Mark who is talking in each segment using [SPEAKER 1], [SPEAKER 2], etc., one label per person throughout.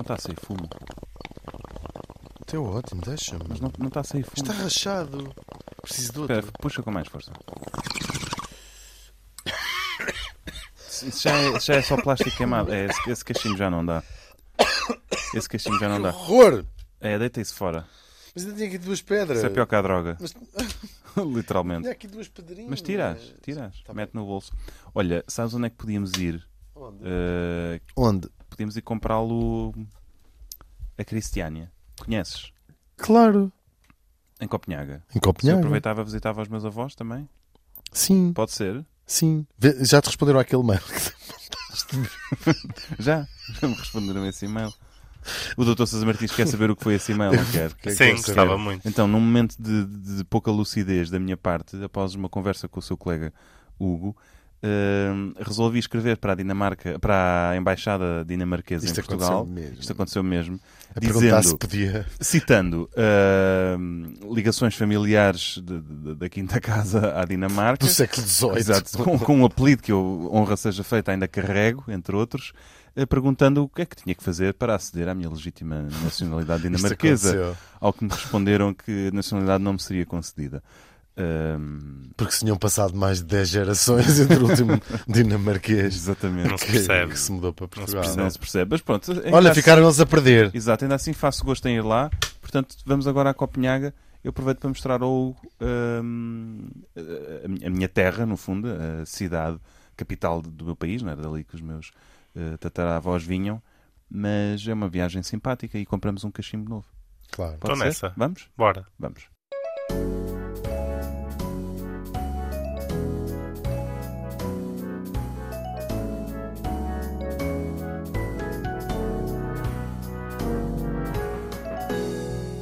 [SPEAKER 1] está a sair tá fumo.
[SPEAKER 2] O teu é ótimo, deixa-me.
[SPEAKER 1] Mas não não está a sair fumo.
[SPEAKER 2] Está rachado. Preciso de outro.
[SPEAKER 1] Espera, puxa com mais força. Isso já é, já é só plástico queimado. É, esse, esse cachimbo já não dá. Esse cachimbo já não dá.
[SPEAKER 2] Horror!
[SPEAKER 1] É, deita isso fora.
[SPEAKER 2] Mas ainda tem aqui duas pedras.
[SPEAKER 1] Isso é pior que a droga.
[SPEAKER 2] Mas
[SPEAKER 1] Literalmente.
[SPEAKER 2] tinha aqui duas pedrinhas.
[SPEAKER 1] Mas tiras, tiras.
[SPEAKER 2] Tá bem.
[SPEAKER 1] Mete no bolso. Olha, sabes onde é que podíamos ir?
[SPEAKER 2] Onde?
[SPEAKER 1] Eh,
[SPEAKER 2] Onde?
[SPEAKER 1] podíamos ir comprá-lo a Cristiania. Conheces?
[SPEAKER 2] Claro.
[SPEAKER 1] Em Copenhaga.
[SPEAKER 2] Em
[SPEAKER 1] Se eu
[SPEAKER 2] Copenhague.
[SPEAKER 1] aproveitava, visitava os meus avós também.
[SPEAKER 2] Sim,
[SPEAKER 1] Pode ser?
[SPEAKER 2] sim. Vê- Já te responderam àquele mail.
[SPEAKER 1] Já? Já me responderam esse e-mail. O Dr. Sousa Martins quer saber o que foi esse e-mail, não quer? Quer-
[SPEAKER 3] Sim,
[SPEAKER 1] quer
[SPEAKER 3] gostava
[SPEAKER 1] saber.
[SPEAKER 3] muito.
[SPEAKER 1] Então, num momento de, de- de pouca lucidez da minha parte, após uma conversa com o seu colega Hugo, hum, resolvi escrever para a Dinamarca, para a Embaixada Dinamarquesa
[SPEAKER 2] Isto
[SPEAKER 1] em Portugal.
[SPEAKER 2] aconteceu mesmo.
[SPEAKER 1] Isto aconteceu mesmo.
[SPEAKER 2] A perguntar se
[SPEAKER 1] dizendo,
[SPEAKER 2] podia.
[SPEAKER 1] citando hum, ligações familiares de- de- da Quinta Casa à Dinamarca.
[SPEAKER 2] Do século XVIII.
[SPEAKER 1] Exato, com, com um apelido que eu, honra seja feita, ainda carrego, entre outros, eh, perguntando o que é que tinha que fazer para aceder à minha legítima nacionalidade
[SPEAKER 2] Isto
[SPEAKER 1] dinamarquesa.
[SPEAKER 2] aconteceu.
[SPEAKER 1] Ao que me responderam que a nacionalidade não me seria concedida. Ahm,
[SPEAKER 2] Porque se tinham passado mais de 10 gerações entre o último dinamarquês
[SPEAKER 1] exatamente.
[SPEAKER 3] Não se
[SPEAKER 2] que,
[SPEAKER 3] percebe.
[SPEAKER 2] que se mudou para
[SPEAKER 3] se
[SPEAKER 2] Portugal. é?
[SPEAKER 1] Não se percebe. Mas pronto. ainda
[SPEAKER 2] Olha,
[SPEAKER 1] assim-
[SPEAKER 2] ficaram eles a perder.
[SPEAKER 1] Exato, ainda assim faço gosto em ir lá. Portanto, vamos agora a Copenhaga. Eu aproveito para mostrar ao Hugo, hum, a- a minha- a minha terra, no fundo, a cidade capital do meu país, não era dali que os meus eh, tataravós vinham. Mas é uma viagem simpática e compramos um cachimbo novo.
[SPEAKER 2] Claro.
[SPEAKER 1] Pode
[SPEAKER 3] Estou
[SPEAKER 1] ser?
[SPEAKER 3] Então nessa.
[SPEAKER 1] Vamos?
[SPEAKER 3] Bora.
[SPEAKER 1] Vamos.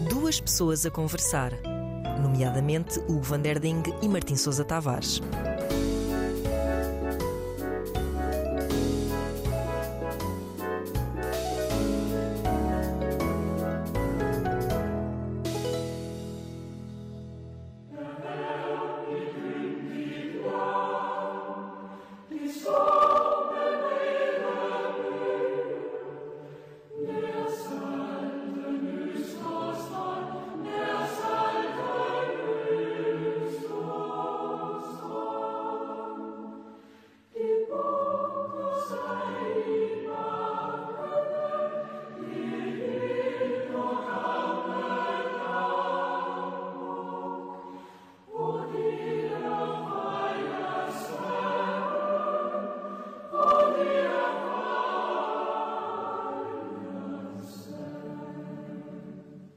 [SPEAKER 4] Duas pessoas a conversar, nomeadamente Hugo van der Ding e Martim Sousa Tavares.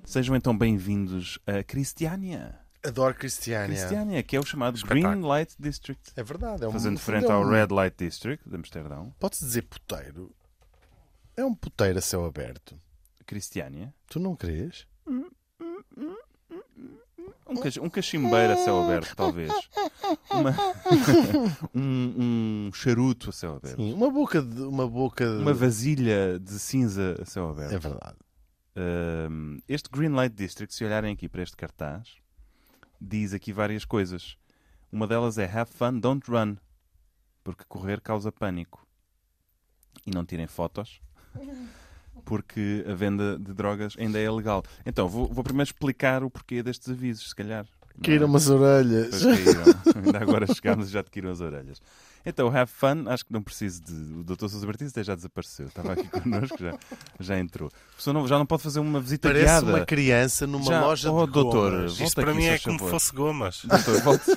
[SPEAKER 1] Sejam então bem-vindos a Cristiania.
[SPEAKER 2] Adoro Cristiania.
[SPEAKER 1] Cristiania, que é o chamado
[SPEAKER 3] Espetáculo.
[SPEAKER 1] Green Light District.
[SPEAKER 2] É verdade. É um,
[SPEAKER 1] Fazendo
[SPEAKER 2] no fundo,
[SPEAKER 1] frente
[SPEAKER 2] é
[SPEAKER 1] ao
[SPEAKER 2] um-
[SPEAKER 1] Red Light District de Amsterdão.
[SPEAKER 2] Podes dizer puteiro? É um puteiro a céu aberto.
[SPEAKER 1] Cristiania.
[SPEAKER 2] Tu não crês?
[SPEAKER 1] Um, cach- um cachimbeiro a céu aberto, talvez. Uma- um, um charuto a céu aberto.
[SPEAKER 2] Sim, uma boca de. Uma boca de...
[SPEAKER 1] Uma vasilha de cinza a céu
[SPEAKER 2] É
[SPEAKER 1] aberto.
[SPEAKER 2] verdade.
[SPEAKER 1] Ahm, este Green Light District, se olharem aqui para este cartaz, diz aqui várias coisas. Uma delas é have fun, don't run. Porque correr causa pânico. E não tirem fotos. Porque a venda de drogas ainda é legal. Então, vou, vou primeiro explicar o porquê destes avisos, se calhar. Não é?
[SPEAKER 2] Caíram umas orelhes.
[SPEAKER 1] Pois caíram. Ainda agora chegámos e já te caíram as orelhas. Então, have fun, acho que não preciso de. O Dr. Sousa Martins até já desapareceu. Estava aqui connosco, já, já entrou. O senhor não, já não pode fazer uma visita
[SPEAKER 2] Parece
[SPEAKER 1] guiada.
[SPEAKER 2] uma criança numa
[SPEAKER 1] Já-
[SPEAKER 2] loja
[SPEAKER 1] Oh,
[SPEAKER 2] de
[SPEAKER 1] doutor,
[SPEAKER 2] gomas.
[SPEAKER 1] Volta
[SPEAKER 3] Isto
[SPEAKER 1] aqui,
[SPEAKER 3] para
[SPEAKER 1] Ah,
[SPEAKER 3] mim
[SPEAKER 1] se
[SPEAKER 3] é
[SPEAKER 1] faz
[SPEAKER 3] como
[SPEAKER 1] favor.
[SPEAKER 3] fosse gomas.
[SPEAKER 1] Doutor, volte,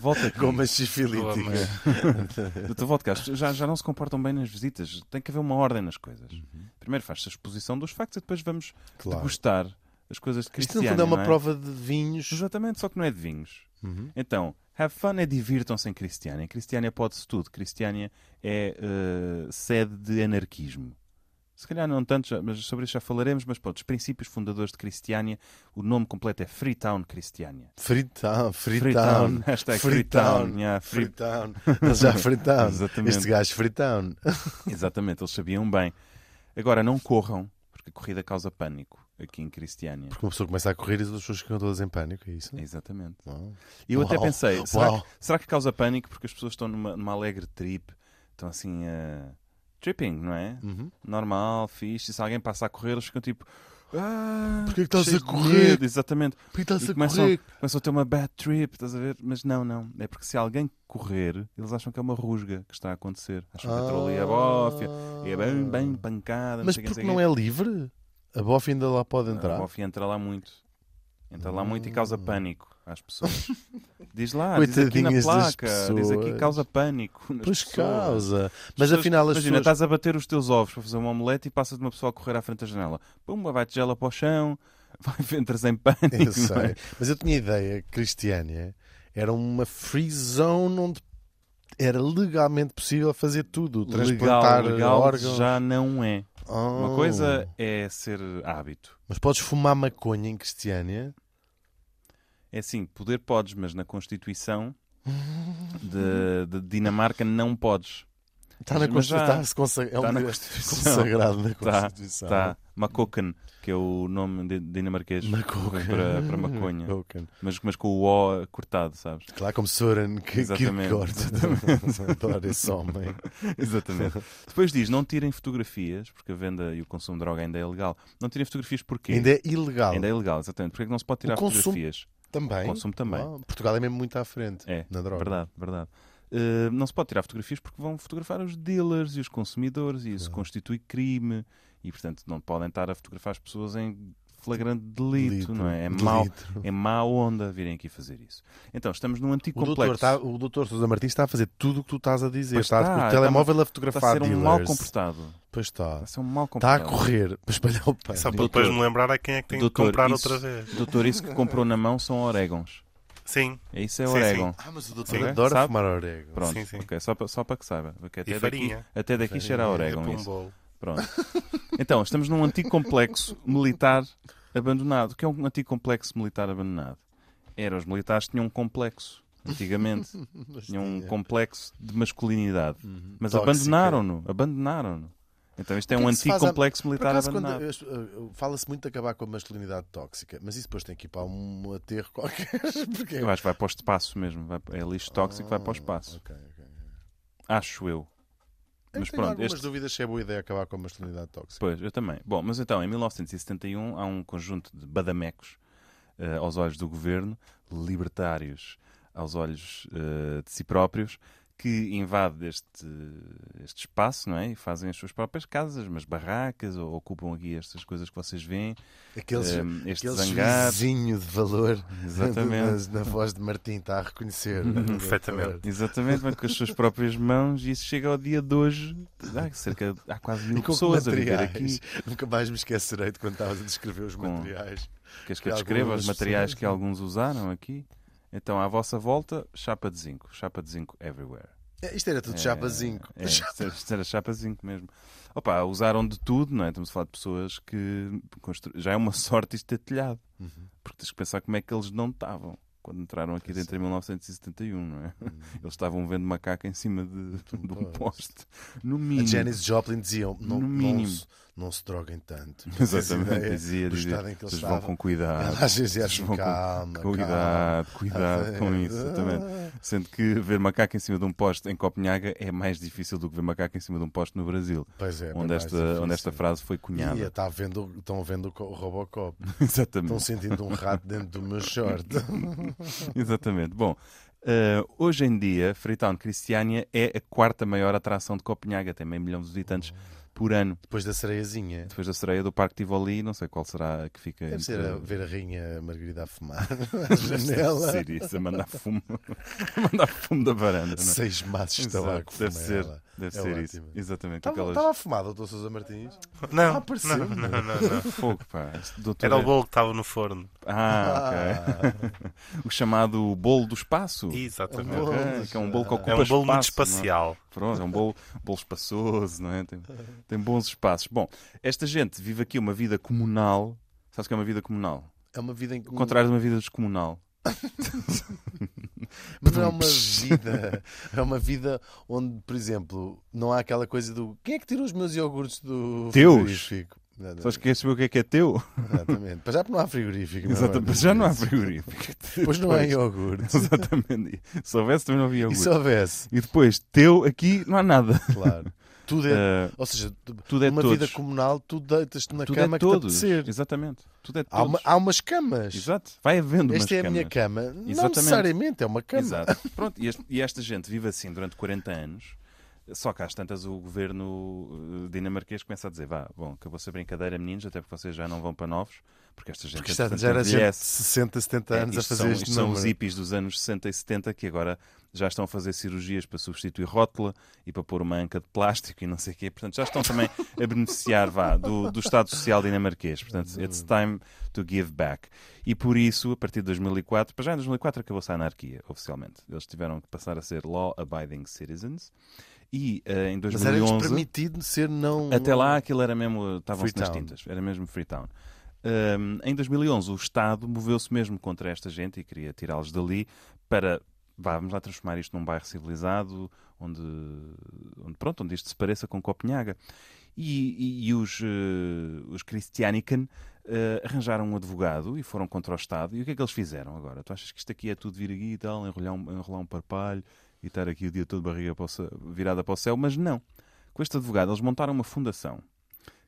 [SPEAKER 1] volte aqui.
[SPEAKER 2] Gomas sifilíticas.
[SPEAKER 1] Doutor, volte cá. Já, já não se comportam bem nas visitas. Tem que haver uma ordem nas coisas. Primeiro faz-se a exposição dos factos e depois vamos
[SPEAKER 2] Uhum. Claro.
[SPEAKER 1] degustar as coisas de
[SPEAKER 2] Isto no
[SPEAKER 1] Cristiano.
[SPEAKER 2] fundo é uma
[SPEAKER 1] não é?
[SPEAKER 2] prova de vinhos. Uhum.
[SPEAKER 1] Exatamente, só que não é de vinhos. Então, have fun é divirtam-se em Cristiania. Cristiania pode-se tudo. Cristiania é eh, sede de anarquismo. Se calhar não tanto, já- mas sobre isso já falaremos, mas pronto, os princípios fundadores de Cristiania, o nome completo é Freetown Cristiania.
[SPEAKER 2] Freetown, Freetown,
[SPEAKER 1] Freetown, hashtag Freetown, yeah, free-
[SPEAKER 2] Freetown, Ele já é Freetown.
[SPEAKER 1] Exatamente.
[SPEAKER 2] Este gajo Freetown.
[SPEAKER 1] Exatamente, eles sabiam bem. Agora, não corram, porque a corrida causa pânico aqui em Cristiania.
[SPEAKER 2] Porque uma pessoa começa a correr e as outras pessoas ficam todas em pânico, é isso?
[SPEAKER 1] Exatamente.
[SPEAKER 2] Uau.
[SPEAKER 1] Eu até
[SPEAKER 2] Uau.
[SPEAKER 1] pensei, será
[SPEAKER 2] Uau.
[SPEAKER 1] que, será que causa pânico porque as pessoas estão numa, numa alegre trip, estão assim a tripping, não é?
[SPEAKER 2] Uhum.
[SPEAKER 1] Normal, fixe. E se alguém passa a correr, eles ficam tipo. Ah,
[SPEAKER 2] Porquê que estás
[SPEAKER 1] cheios
[SPEAKER 2] a
[SPEAKER 1] de
[SPEAKER 2] correr?
[SPEAKER 1] medo", Exatamente.
[SPEAKER 2] Porquê que
[SPEAKER 1] E
[SPEAKER 2] estás a
[SPEAKER 1] começam,
[SPEAKER 2] correr?
[SPEAKER 1] começam é a ter uma bad trip, estás a ver? Mas não, não. É porque se alguém correr, eles acham que é uma rusga que está a acontecer. Acham que aquilo ali é bófia, é bem, bem pancada.
[SPEAKER 2] Ah. Mas
[SPEAKER 1] não sei
[SPEAKER 2] porque não é livre? A bofe ainda lá pode
[SPEAKER 1] A
[SPEAKER 2] entrar. Hum.
[SPEAKER 1] bófia Ah, entra lá muito. Entra lá muito e causa pânico às pessoas. Diz lá, diz aqui na
[SPEAKER 2] Coitadinhas das
[SPEAKER 1] placa, diz aqui
[SPEAKER 2] pessoas.
[SPEAKER 1] causa pânico. nas
[SPEAKER 2] Pois
[SPEAKER 1] pessoas.
[SPEAKER 2] causa.
[SPEAKER 1] As
[SPEAKER 2] Mas
[SPEAKER 1] pessoas-
[SPEAKER 2] afinal as
[SPEAKER 1] Imagina, tá
[SPEAKER 2] pessoas.
[SPEAKER 1] estás a bater os teus ovos para fazer um omelete e passas de uma pessoa a correr à frente da janela. Pumba, vai tigela para o chão, vai, entras em pânico.
[SPEAKER 2] Eu
[SPEAKER 1] não é?
[SPEAKER 2] sei. Mas eu tinha ideia que Cristiânia era uma free zone onde era legalmente possível fazer tudo. Transplantar
[SPEAKER 1] legal, legal
[SPEAKER 2] órgãos.
[SPEAKER 1] já não é. Uma
[SPEAKER 2] Oh.
[SPEAKER 1] coisa é ser hábito.
[SPEAKER 2] Mas podes fumar maconha em Cristiânia?
[SPEAKER 1] É assim, poder podes, mas na Constituição de, de Dinamarca não podes.
[SPEAKER 2] Está na
[SPEAKER 1] Mas- mas já-
[SPEAKER 2] Constituição. Está-se consa- É um
[SPEAKER 1] Está na
[SPEAKER 2] direito
[SPEAKER 1] Constituição.
[SPEAKER 2] consagrado na
[SPEAKER 1] Tá,
[SPEAKER 2] Constituição.
[SPEAKER 1] Está Makoken, que é o nome de- dinamarquês
[SPEAKER 2] Maconha.
[SPEAKER 1] para, para maconha,
[SPEAKER 2] Maconha.
[SPEAKER 1] mas, mas com o O cortado, sabes?
[SPEAKER 2] Claro, como Soren que
[SPEAKER 1] Exatamente.
[SPEAKER 2] Kierkegaard. Adoro esse homem.
[SPEAKER 1] Exatamente. Depois diz: não tirem fotografias, porque a venda e o consumo de droga ainda é ilegal. Não tirem fotografias porquê?
[SPEAKER 2] Ainda é ilegal.
[SPEAKER 1] Ainda é ilegal, exatamente. Porquê é que não se pode tirar
[SPEAKER 2] O consumo
[SPEAKER 1] fotografias?
[SPEAKER 2] Também.
[SPEAKER 1] O consumo também.
[SPEAKER 2] Ah, Portugal é mesmo muito à frente
[SPEAKER 1] É,
[SPEAKER 2] na droga.
[SPEAKER 1] verdade, verdade. Uh, não se pode tirar fotografias porque vão fotografar os dealers e os consumidores e isso constitui crime e portanto não podem estar a fotografar as pessoas em flagrante delito,
[SPEAKER 2] Delito,
[SPEAKER 1] não é? É
[SPEAKER 2] delito.
[SPEAKER 1] mau, é má onda virem aqui fazer isso. Então estamos num antigo
[SPEAKER 2] O doutor, tá
[SPEAKER 1] complexo.
[SPEAKER 2] está, o doutor Sousa Martins está a fazer tudo o que tu estás a dizer.
[SPEAKER 1] Pois
[SPEAKER 2] Está,
[SPEAKER 1] está,
[SPEAKER 2] com o
[SPEAKER 1] está-
[SPEAKER 2] telemóvel a
[SPEAKER 1] Está
[SPEAKER 2] fotografar
[SPEAKER 1] a ser um
[SPEAKER 2] dealers.
[SPEAKER 1] mal comportado.
[SPEAKER 2] Pois está.
[SPEAKER 1] Está a ser um mal
[SPEAKER 2] Está a
[SPEAKER 1] comportado.
[SPEAKER 2] correr para espalhar o pano.
[SPEAKER 3] Só
[SPEAKER 1] É.
[SPEAKER 3] para
[SPEAKER 1] Doutor.
[SPEAKER 3] depois me lembrar a quem é que tem
[SPEAKER 1] Doutor,
[SPEAKER 3] que comprar
[SPEAKER 1] isso-
[SPEAKER 3] outra vez.
[SPEAKER 1] Doutor, isso que comprou na mão são orégons.
[SPEAKER 3] Sim,
[SPEAKER 1] É isso é
[SPEAKER 3] Sim,
[SPEAKER 1] orégão.
[SPEAKER 2] Ah, mas o doutor
[SPEAKER 1] Ok,
[SPEAKER 2] adora
[SPEAKER 1] sabe?
[SPEAKER 2] fumar orégano.
[SPEAKER 1] Pronto,
[SPEAKER 3] Sim, sim.
[SPEAKER 1] ok, só para, só para que saiba. porque até daqui,
[SPEAKER 3] farinha.
[SPEAKER 1] até daqui cheira a
[SPEAKER 2] Farinha,
[SPEAKER 3] é
[SPEAKER 1] orégão
[SPEAKER 3] para um
[SPEAKER 1] isso.
[SPEAKER 3] bolo.
[SPEAKER 1] Pronto. Então, estamos num antigo complexo militar abandonado. O que é um antigo complexo militar abandonado? Era, os militares tinham um complexo, antigamente. tinham um complexo de masculinidade. Mas
[SPEAKER 2] Uhum. Tóxica.
[SPEAKER 1] abandonaram-no, abandonaram-no. Então isto é
[SPEAKER 2] Por
[SPEAKER 1] um
[SPEAKER 2] que se
[SPEAKER 1] antigo
[SPEAKER 2] faz a-
[SPEAKER 1] complexo
[SPEAKER 2] Por
[SPEAKER 1] militar
[SPEAKER 2] acaso, quando
[SPEAKER 1] abandonado.
[SPEAKER 2] as- uh, fala-se muito de acabar com a masculinidade tóxica, mas isso depois tem que ir para um aterro qualquer. Porque é
[SPEAKER 1] Eu acho que vai para o espaço mesmo. Vai, é lixo tóxico, vai para o espaço.
[SPEAKER 2] Ah, Ok, ok.
[SPEAKER 1] Acho eu.
[SPEAKER 2] Eu
[SPEAKER 1] Mas
[SPEAKER 2] tenho
[SPEAKER 1] pronto,
[SPEAKER 2] algumas
[SPEAKER 1] este-
[SPEAKER 2] dúvidas se é boa ideia acabar com a masculinidade tóxica.
[SPEAKER 1] Pois, eu também. Bom, mas então, em 1971, há um conjunto de badamecos eh, aos olhos do governo, libertários aos olhos eh, de si próprios, que invadem este, este espaço não é? e fazem as suas próprias casas, mas barracas, ou ocupam aqui estas coisas que vocês veem,
[SPEAKER 2] Aqueles,
[SPEAKER 1] eh, estes
[SPEAKER 2] aqueles
[SPEAKER 1] hangares.
[SPEAKER 2] vizinho de valor
[SPEAKER 1] Exatamente. Uhum.
[SPEAKER 2] Na, na voz de Martim está a reconhecer.
[SPEAKER 3] Perfeitamente.
[SPEAKER 1] Exatamente, mas com as suas próprias mãos, e isso chega ao dia de hoje. Há, cerca, há quase mil
[SPEAKER 2] E com que
[SPEAKER 1] pessoas a viver aqui.
[SPEAKER 2] materiais? Nunca mais me esquecerei de quando estavas a descrever os
[SPEAKER 1] Com-
[SPEAKER 2] materiais.
[SPEAKER 1] Queres que
[SPEAKER 2] Que
[SPEAKER 1] eu descreva
[SPEAKER 2] algumas
[SPEAKER 1] os materiais
[SPEAKER 2] pessoas-
[SPEAKER 1] que alguns usaram aqui? Então, à vossa volta, chapa de zinco. Chapa de zinco everywhere.
[SPEAKER 2] É, Isto era tudo
[SPEAKER 1] É,
[SPEAKER 2] chapa zinco.
[SPEAKER 1] É, isto era- isto era chapa de zinco mesmo. Opa, usaram de tudo, não é? Estamos a falar de pessoas que... constru- Já é uma sorte isto ter telhado.
[SPEAKER 2] Uhum.
[SPEAKER 1] Porque tens que pensar como é que eles não estavam quando entraram
[SPEAKER 2] É
[SPEAKER 1] aqui dentro em 1971, não é?
[SPEAKER 2] Uhum.
[SPEAKER 1] Eles estavam vendo macaca em cima de, de um poste. No
[SPEAKER 2] A
[SPEAKER 1] mínimo.
[SPEAKER 2] Janis Joplin diziam: não,
[SPEAKER 1] No
[SPEAKER 2] não,
[SPEAKER 1] mínimo.
[SPEAKER 2] se, não se droguem tanto.
[SPEAKER 1] Exatamente,
[SPEAKER 2] Essa
[SPEAKER 1] dizia,
[SPEAKER 2] ideia do
[SPEAKER 1] dizia.
[SPEAKER 2] estado em que eles
[SPEAKER 1] Vocês vão com
[SPEAKER 2] estavam.
[SPEAKER 1] cuidado.
[SPEAKER 2] Às vezes
[SPEAKER 1] Vocês
[SPEAKER 2] acham,
[SPEAKER 1] vão com
[SPEAKER 2] calma, calma.
[SPEAKER 1] Cuidado,
[SPEAKER 2] Ah,
[SPEAKER 1] cuidado com
[SPEAKER 2] é.
[SPEAKER 1] isso, exatamente. Sendo que ver macaco em cima de um poste em Copenhaga é mais difícil do que ver macaco em cima de um poste no Brasil,
[SPEAKER 2] Pois é,
[SPEAKER 1] onde, esta, onde esta frase foi cunhada.
[SPEAKER 2] E está vendo, estão vendo o co- o Robocop. Estão
[SPEAKER 1] Exatamente.
[SPEAKER 2] sentindo um rato dentro do meu short. Então
[SPEAKER 1] Exatamente. Bom, eh, hoje em dia, Freetown Cristiania é a quarta maior atração de Copenhaga, tem meio milhão de visitantes por ano.
[SPEAKER 2] Depois da sereiazinha.
[SPEAKER 1] Depois da sereia do Parque Tivoli, não sei qual será a que fica.
[SPEAKER 2] Deve
[SPEAKER 1] entre-
[SPEAKER 2] ser a ver a rainha Margarida a fumar à janela.
[SPEAKER 1] Deve ser isso, a mandar fumo, a mandar fumo da varanda. não é?
[SPEAKER 2] Seis maços de
[SPEAKER 1] Exato,
[SPEAKER 2] tabaco.
[SPEAKER 1] deve
[SPEAKER 2] fuma
[SPEAKER 1] ser,
[SPEAKER 2] ela.
[SPEAKER 1] deve
[SPEAKER 2] É
[SPEAKER 1] ser
[SPEAKER 2] ótimo.
[SPEAKER 1] isso. Exatamente.
[SPEAKER 2] Estava
[SPEAKER 1] aquelas-
[SPEAKER 2] estava a fumar, doutor Sousa Martins.
[SPEAKER 3] Não,
[SPEAKER 2] Ah, pareceu.
[SPEAKER 3] não, não, não, não.
[SPEAKER 1] Fogo, pá. Este doutor
[SPEAKER 3] Era o
[SPEAKER 1] é-
[SPEAKER 3] bolo que estava no forno.
[SPEAKER 1] Ah, ok. o chamado bolo do espaço.
[SPEAKER 3] Exatamente.
[SPEAKER 2] Bolo.
[SPEAKER 1] Ok, que é um bolo que ocupa
[SPEAKER 3] É um bolo muito
[SPEAKER 1] espaço, não é?
[SPEAKER 3] espacial.
[SPEAKER 1] Pronto, é um bolo, bolo espaçoso, não é? Tem, tem bons espaços. Bom, esta gente vive aqui uma vida comunal. Sabes o que é uma vida comunal?
[SPEAKER 2] É uma vida em que.
[SPEAKER 1] O contrário de uma vida descomunal.
[SPEAKER 2] Mas não é uma vida. É uma vida onde, por exemplo, não há aquela coisa do. Quem é que tirou os meus iogurtes do
[SPEAKER 1] Teus?
[SPEAKER 2] frigorífico? Não, não,
[SPEAKER 1] Sabes que queres saber o que é que é teu?
[SPEAKER 2] Exatamente. Para já porque não há frigorífico. meu
[SPEAKER 1] Exatamente.
[SPEAKER 2] amigo.
[SPEAKER 1] Já não há frigorífico.
[SPEAKER 2] Pois não há iogurte.
[SPEAKER 1] Exatamente. Se houvesse, também não havia
[SPEAKER 2] E
[SPEAKER 1] iogurte.
[SPEAKER 2] se houvesse?
[SPEAKER 1] E depois, teu aqui, não há nada.
[SPEAKER 2] Claro. Tudo é.
[SPEAKER 1] Ah,
[SPEAKER 2] Ou seja, tu-
[SPEAKER 1] tudo é
[SPEAKER 2] uma
[SPEAKER 1] todos.
[SPEAKER 2] vida comunal, tu deitas-te na
[SPEAKER 1] tudo
[SPEAKER 2] cama
[SPEAKER 1] é
[SPEAKER 2] que te
[SPEAKER 1] todos.
[SPEAKER 2] apetecer.
[SPEAKER 1] Exatamente. Tudo é
[SPEAKER 2] Há,
[SPEAKER 1] todos.
[SPEAKER 2] uma- há umas camas.
[SPEAKER 1] Exato. Vai havendo umas
[SPEAKER 2] Esta é a minha
[SPEAKER 1] camas.
[SPEAKER 2] cama. Não
[SPEAKER 1] Exatamente.
[SPEAKER 2] necessariamente é uma cama.
[SPEAKER 1] Exato. Pronto, e, este- e esta gente vive assim durante 40 anos, só que às tantas o governo eh, dinamarquês começa a dizer: vá, bom, acabou-se a brincadeira, meninos, até porque vocês já não vão para novos, porque esta gente
[SPEAKER 2] Porque está,
[SPEAKER 1] entretanto,
[SPEAKER 2] já era gente de
[SPEAKER 1] envelhece.
[SPEAKER 2] 60, 70 anos
[SPEAKER 1] É,
[SPEAKER 2] a
[SPEAKER 1] isto
[SPEAKER 2] fazer
[SPEAKER 1] são,
[SPEAKER 2] este
[SPEAKER 1] isto são
[SPEAKER 2] número.
[SPEAKER 1] os hippies dos anos 60 e 70 que agora já estão a fazer cirurgias para substituir rótula e para pôr uma anca de plástico e não sei o quê. Portanto, já estão também a beneficiar vá, do, do Estado Social dinamarquês. Portanto, it's time to give back. E por isso, a partir de 2004, para já em 2004 acabou-se a anarquia, oficialmente. Eles tiveram que passar a ser law-abiding citizens. E eh, em
[SPEAKER 2] Mas era-lhes
[SPEAKER 1] 2011...
[SPEAKER 2] permitido ser não.
[SPEAKER 1] Até lá aquilo era mesmo, estavam-se nas
[SPEAKER 2] um Freetown.
[SPEAKER 1] tintas, era mesmo Freetown. Hum, em 2011 o Estado moveu-se mesmo contra esta gente e queria tirá-los dali para, vá, vamos lá transformar isto num bairro civilizado, onde, onde pronto, onde isto se pareça com Copenhaga. E, e- e os, eh, os Christianiken eh, arranjaram um advogado e foram contra o Estado. E o que é que eles fizeram agora? Tu achas que isto aqui é tudo vir aqui e tal, enrolar um, enrolar um parpalho e estar aqui o dia todo barriga para o ce- virada para o céu? Mas não. Com este advogado, eles montaram uma fundação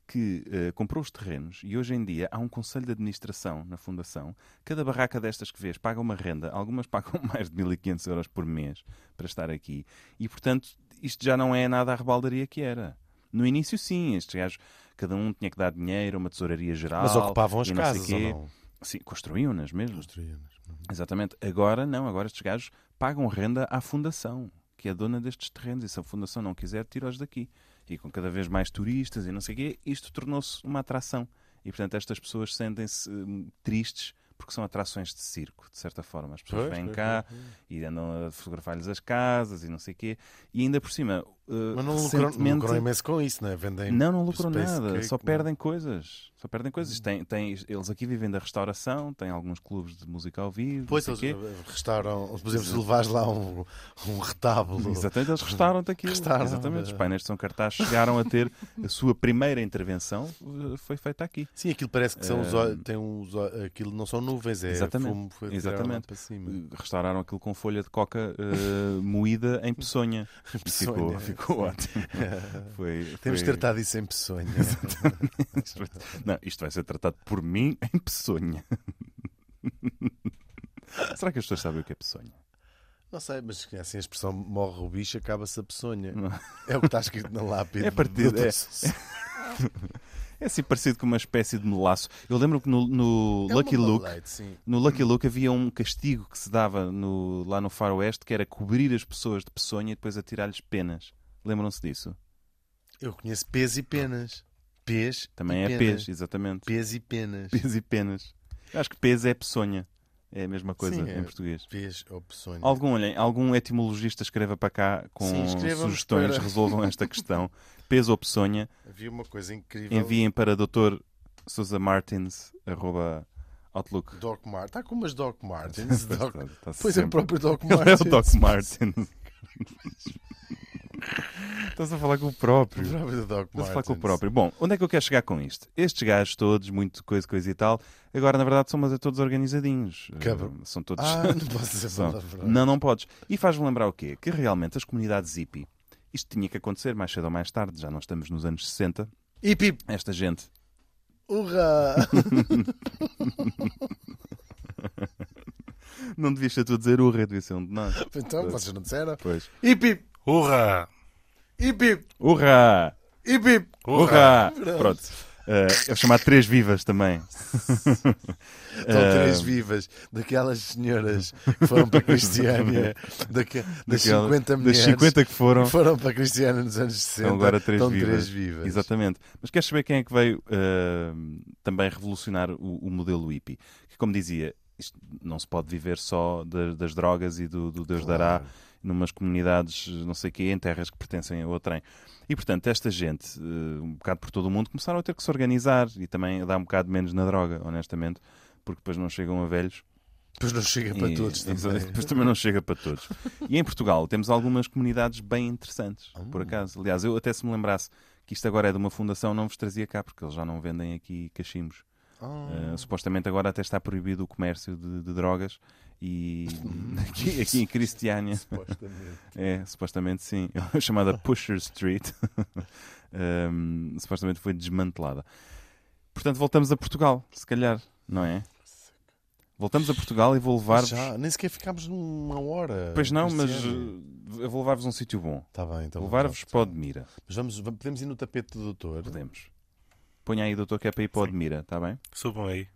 [SPEAKER 1] que eh, comprou os terrenos e hoje em dia há um conselho de administração na fundação. Cada barraca destas que vês paga uma renda, algumas pagam mais de 1500 euros por mês para estar aqui. E portanto, isto já não é nada a rebaldaria que era. No início, sim, estes gajos, cada um tinha que dar dinheiro, a uma tesouraria geral.
[SPEAKER 2] Mas ocupavam as
[SPEAKER 1] e não sei
[SPEAKER 2] casas ou
[SPEAKER 1] quê.
[SPEAKER 2] não?
[SPEAKER 1] Sim, construíam-nas mesmo.
[SPEAKER 2] Construíam-nas.
[SPEAKER 1] Exatamente. Agora não, agora estes gajos pagam renda à fundação, que é dona destes terrenos, e se a fundação não quiser, tira-os daqui. E com cada vez mais turistas e não sei o quê, isto tornou-se uma atração. E portanto estas pessoas sentem-se hum, tristes porque são atrações de circo, de certa forma. As pessoas
[SPEAKER 2] Pois,
[SPEAKER 1] vêm
[SPEAKER 2] pois,
[SPEAKER 1] cá e andam a fotografar-lhes as casas e não sei o quê. E ainda por cima, uh,
[SPEAKER 2] Mas não lucram,
[SPEAKER 1] recentemente...
[SPEAKER 2] não lucram imenso com isso, não é? Vendem.
[SPEAKER 1] Não, não lucram
[SPEAKER 2] Space
[SPEAKER 1] nada,
[SPEAKER 2] Cake,
[SPEAKER 1] só
[SPEAKER 2] não é? Hum.
[SPEAKER 1] perdem coisas. Só perdem coisas. Tem, tem- eles aqui vivem da restauração, têm alguns clubes de música ao vivo.
[SPEAKER 2] Pois
[SPEAKER 1] não
[SPEAKER 2] eles
[SPEAKER 1] sei o quê.
[SPEAKER 2] eh, restauram. Por exemplo, se levares lá um, um retábulo.
[SPEAKER 1] Exatamente, eles restaram-te aquilo.
[SPEAKER 2] Restaram,
[SPEAKER 1] Exatamente, os
[SPEAKER 2] é.
[SPEAKER 1] painéis de São Cartaz chegaram a ter a sua primeira intervenção, eh, foi feita aqui.
[SPEAKER 2] Sim, aquilo parece que são os
[SPEAKER 1] Eh,
[SPEAKER 2] olhos. Tem uns, ó- aquilo não são nuvens, é
[SPEAKER 1] Exatamente,
[SPEAKER 2] fumo foi tirado lá
[SPEAKER 1] exatamente.
[SPEAKER 2] para cima.
[SPEAKER 1] Restauraram aquilo com folha de coca eh, moída em peçonha. E
[SPEAKER 2] Peçonha,
[SPEAKER 1] Ficou, ficou ótimo. Foi,
[SPEAKER 2] Temos
[SPEAKER 1] foi-
[SPEAKER 2] tratado isso em peçonha.
[SPEAKER 1] Isto vai- Não, isto vai ser tratado por mim em peçonha. Será que as pessoas sabem o que é peçonha?
[SPEAKER 2] não sei, mas é assim a expressão morre o bicho, acaba-se a peçonha.
[SPEAKER 1] Não.
[SPEAKER 2] É o que está escrito na lápide.
[SPEAKER 1] É partido,
[SPEAKER 2] do- do-
[SPEAKER 1] é. É assim parecido com uma espécie de melaço. Eu lembro que no, no
[SPEAKER 2] É
[SPEAKER 1] Lucky
[SPEAKER 2] uma
[SPEAKER 1] Luke
[SPEAKER 2] light, sim.
[SPEAKER 1] No Lucky Luke havia um castigo que se dava no- lá no Faroeste que era cobrir as pessoas de peçonha e depois atirar-lhes penas. Lembram-se disso?
[SPEAKER 2] Eu conheço pês e penas. Pês.
[SPEAKER 1] Também
[SPEAKER 2] e
[SPEAKER 1] é
[SPEAKER 2] penas.
[SPEAKER 1] pês, exatamente.
[SPEAKER 2] Pês e penas.
[SPEAKER 1] Pês e penas. Eu acho que pês é peçonha. É a mesma coisa
[SPEAKER 2] Sim,
[SPEAKER 1] em
[SPEAKER 2] é.
[SPEAKER 1] português.
[SPEAKER 2] Pês ou peçonha.
[SPEAKER 1] Algum, olhem, algum etimologista escreva para cá com
[SPEAKER 2] Sim, escrevam-nos
[SPEAKER 1] sugestões,
[SPEAKER 2] para-
[SPEAKER 1] resolvam esta questão. Pês ou peçonha,
[SPEAKER 2] Havia uma coisa incrível.
[SPEAKER 1] enviem para Dr. Sousa Martins, arroba Outlook.
[SPEAKER 2] Doc Martens. Está com umas Doc Martens. Doc...
[SPEAKER 1] Está- está
[SPEAKER 2] Pois é, o
[SPEAKER 1] sempre-
[SPEAKER 2] próprio Doc
[SPEAKER 1] Ele é
[SPEAKER 2] Martens.
[SPEAKER 1] o Doc Martens. Estás a falar com o próprio.
[SPEAKER 2] O próprio
[SPEAKER 1] Estás
[SPEAKER 2] Doc Martens.
[SPEAKER 1] a falar com o próprio. Bom, onde é que eu quero chegar com isto? Estes gajos todos, muito coisa, coisa e tal, agora na verdade são mas é todos organizadinhos.
[SPEAKER 2] Cabra-
[SPEAKER 1] Eh, São todos.
[SPEAKER 2] Ah, não posso dizer
[SPEAKER 1] são-
[SPEAKER 2] palavrão.
[SPEAKER 1] Não, não podes. E faz-me lembrar o quê? Que realmente as comunidades hippie, isto tinha que acontecer mais cedo ou mais tarde, já não estamos nos anos 60.
[SPEAKER 2] E pip,
[SPEAKER 1] Esta gente
[SPEAKER 2] hurra!
[SPEAKER 1] não devia ser tu a dizer urra, devia ser um de nós.
[SPEAKER 2] então, vocês não disseram?
[SPEAKER 1] Pois.
[SPEAKER 2] E pip,
[SPEAKER 3] Urra!
[SPEAKER 2] e pip,
[SPEAKER 1] Urra!
[SPEAKER 2] e pip.
[SPEAKER 1] Urra! Pronto. Eh, eu chamar três vivas também. Eh,
[SPEAKER 2] Estão
[SPEAKER 1] Ah,
[SPEAKER 2] três vivas daquelas senhoras que foram para a Cristiânia, daque- das
[SPEAKER 1] Daquela-
[SPEAKER 2] 50 mulheres
[SPEAKER 1] Das 50 que foram.
[SPEAKER 2] que foram para a Cristiânia nos anos 60.
[SPEAKER 1] São agora três
[SPEAKER 2] estão
[SPEAKER 1] vivas.
[SPEAKER 2] três vivas.
[SPEAKER 1] Exatamente. Mas queres saber quem é que veio ah, também revolucionar o, o modelo hippie? Que, como dizia, isto não se pode viver só da- das drogas e do, do Deus dará numas comunidades, não sei quê, em terras que pertencem a outrem. E, portanto, esta gente, eh, um bocado por todo o mundo, começaram a ter que se organizar e também a dar um bocado menos na droga, honestamente, porque depois não chegam a velhos
[SPEAKER 2] Depois não chega É para
[SPEAKER 1] e-
[SPEAKER 2] todos
[SPEAKER 1] e-
[SPEAKER 2] também.
[SPEAKER 1] Depois também não chega para todos. E em Portugal temos algumas comunidades bem interessantes,
[SPEAKER 2] Ah.
[SPEAKER 1] por acaso. Aliás, eu até se me lembrasse que isto agora é de uma fundação, não vos trazia cá, porque eles já não vendem aqui cachimbos.
[SPEAKER 2] Ah.
[SPEAKER 1] Eh, supostamente agora até está proibido o comércio de, de drogas E aqui, aqui em Cristiania,
[SPEAKER 2] Supostamente.
[SPEAKER 1] é, supostamente sim, É chamada Pusher Street, Hum, supostamente foi desmantelada. Portanto, voltamos a Portugal, se calhar, não é? Voltamos a Portugal e vou levar-vos.
[SPEAKER 2] Já, nem sequer ficámos numa hora.
[SPEAKER 1] Pois não, mas
[SPEAKER 2] Cristiano.
[SPEAKER 1] uh, eu vou levar-vos a um sítio bom.
[SPEAKER 2] Tá bem, então.
[SPEAKER 1] Vou levar-vos para o Odmira.
[SPEAKER 2] Mas vamos, vamos- podemos ir no tapete do doutor.
[SPEAKER 1] Podemos. Ponha aí, doutor, que é para ir para o Odmira, está bem?
[SPEAKER 3] Subam aí.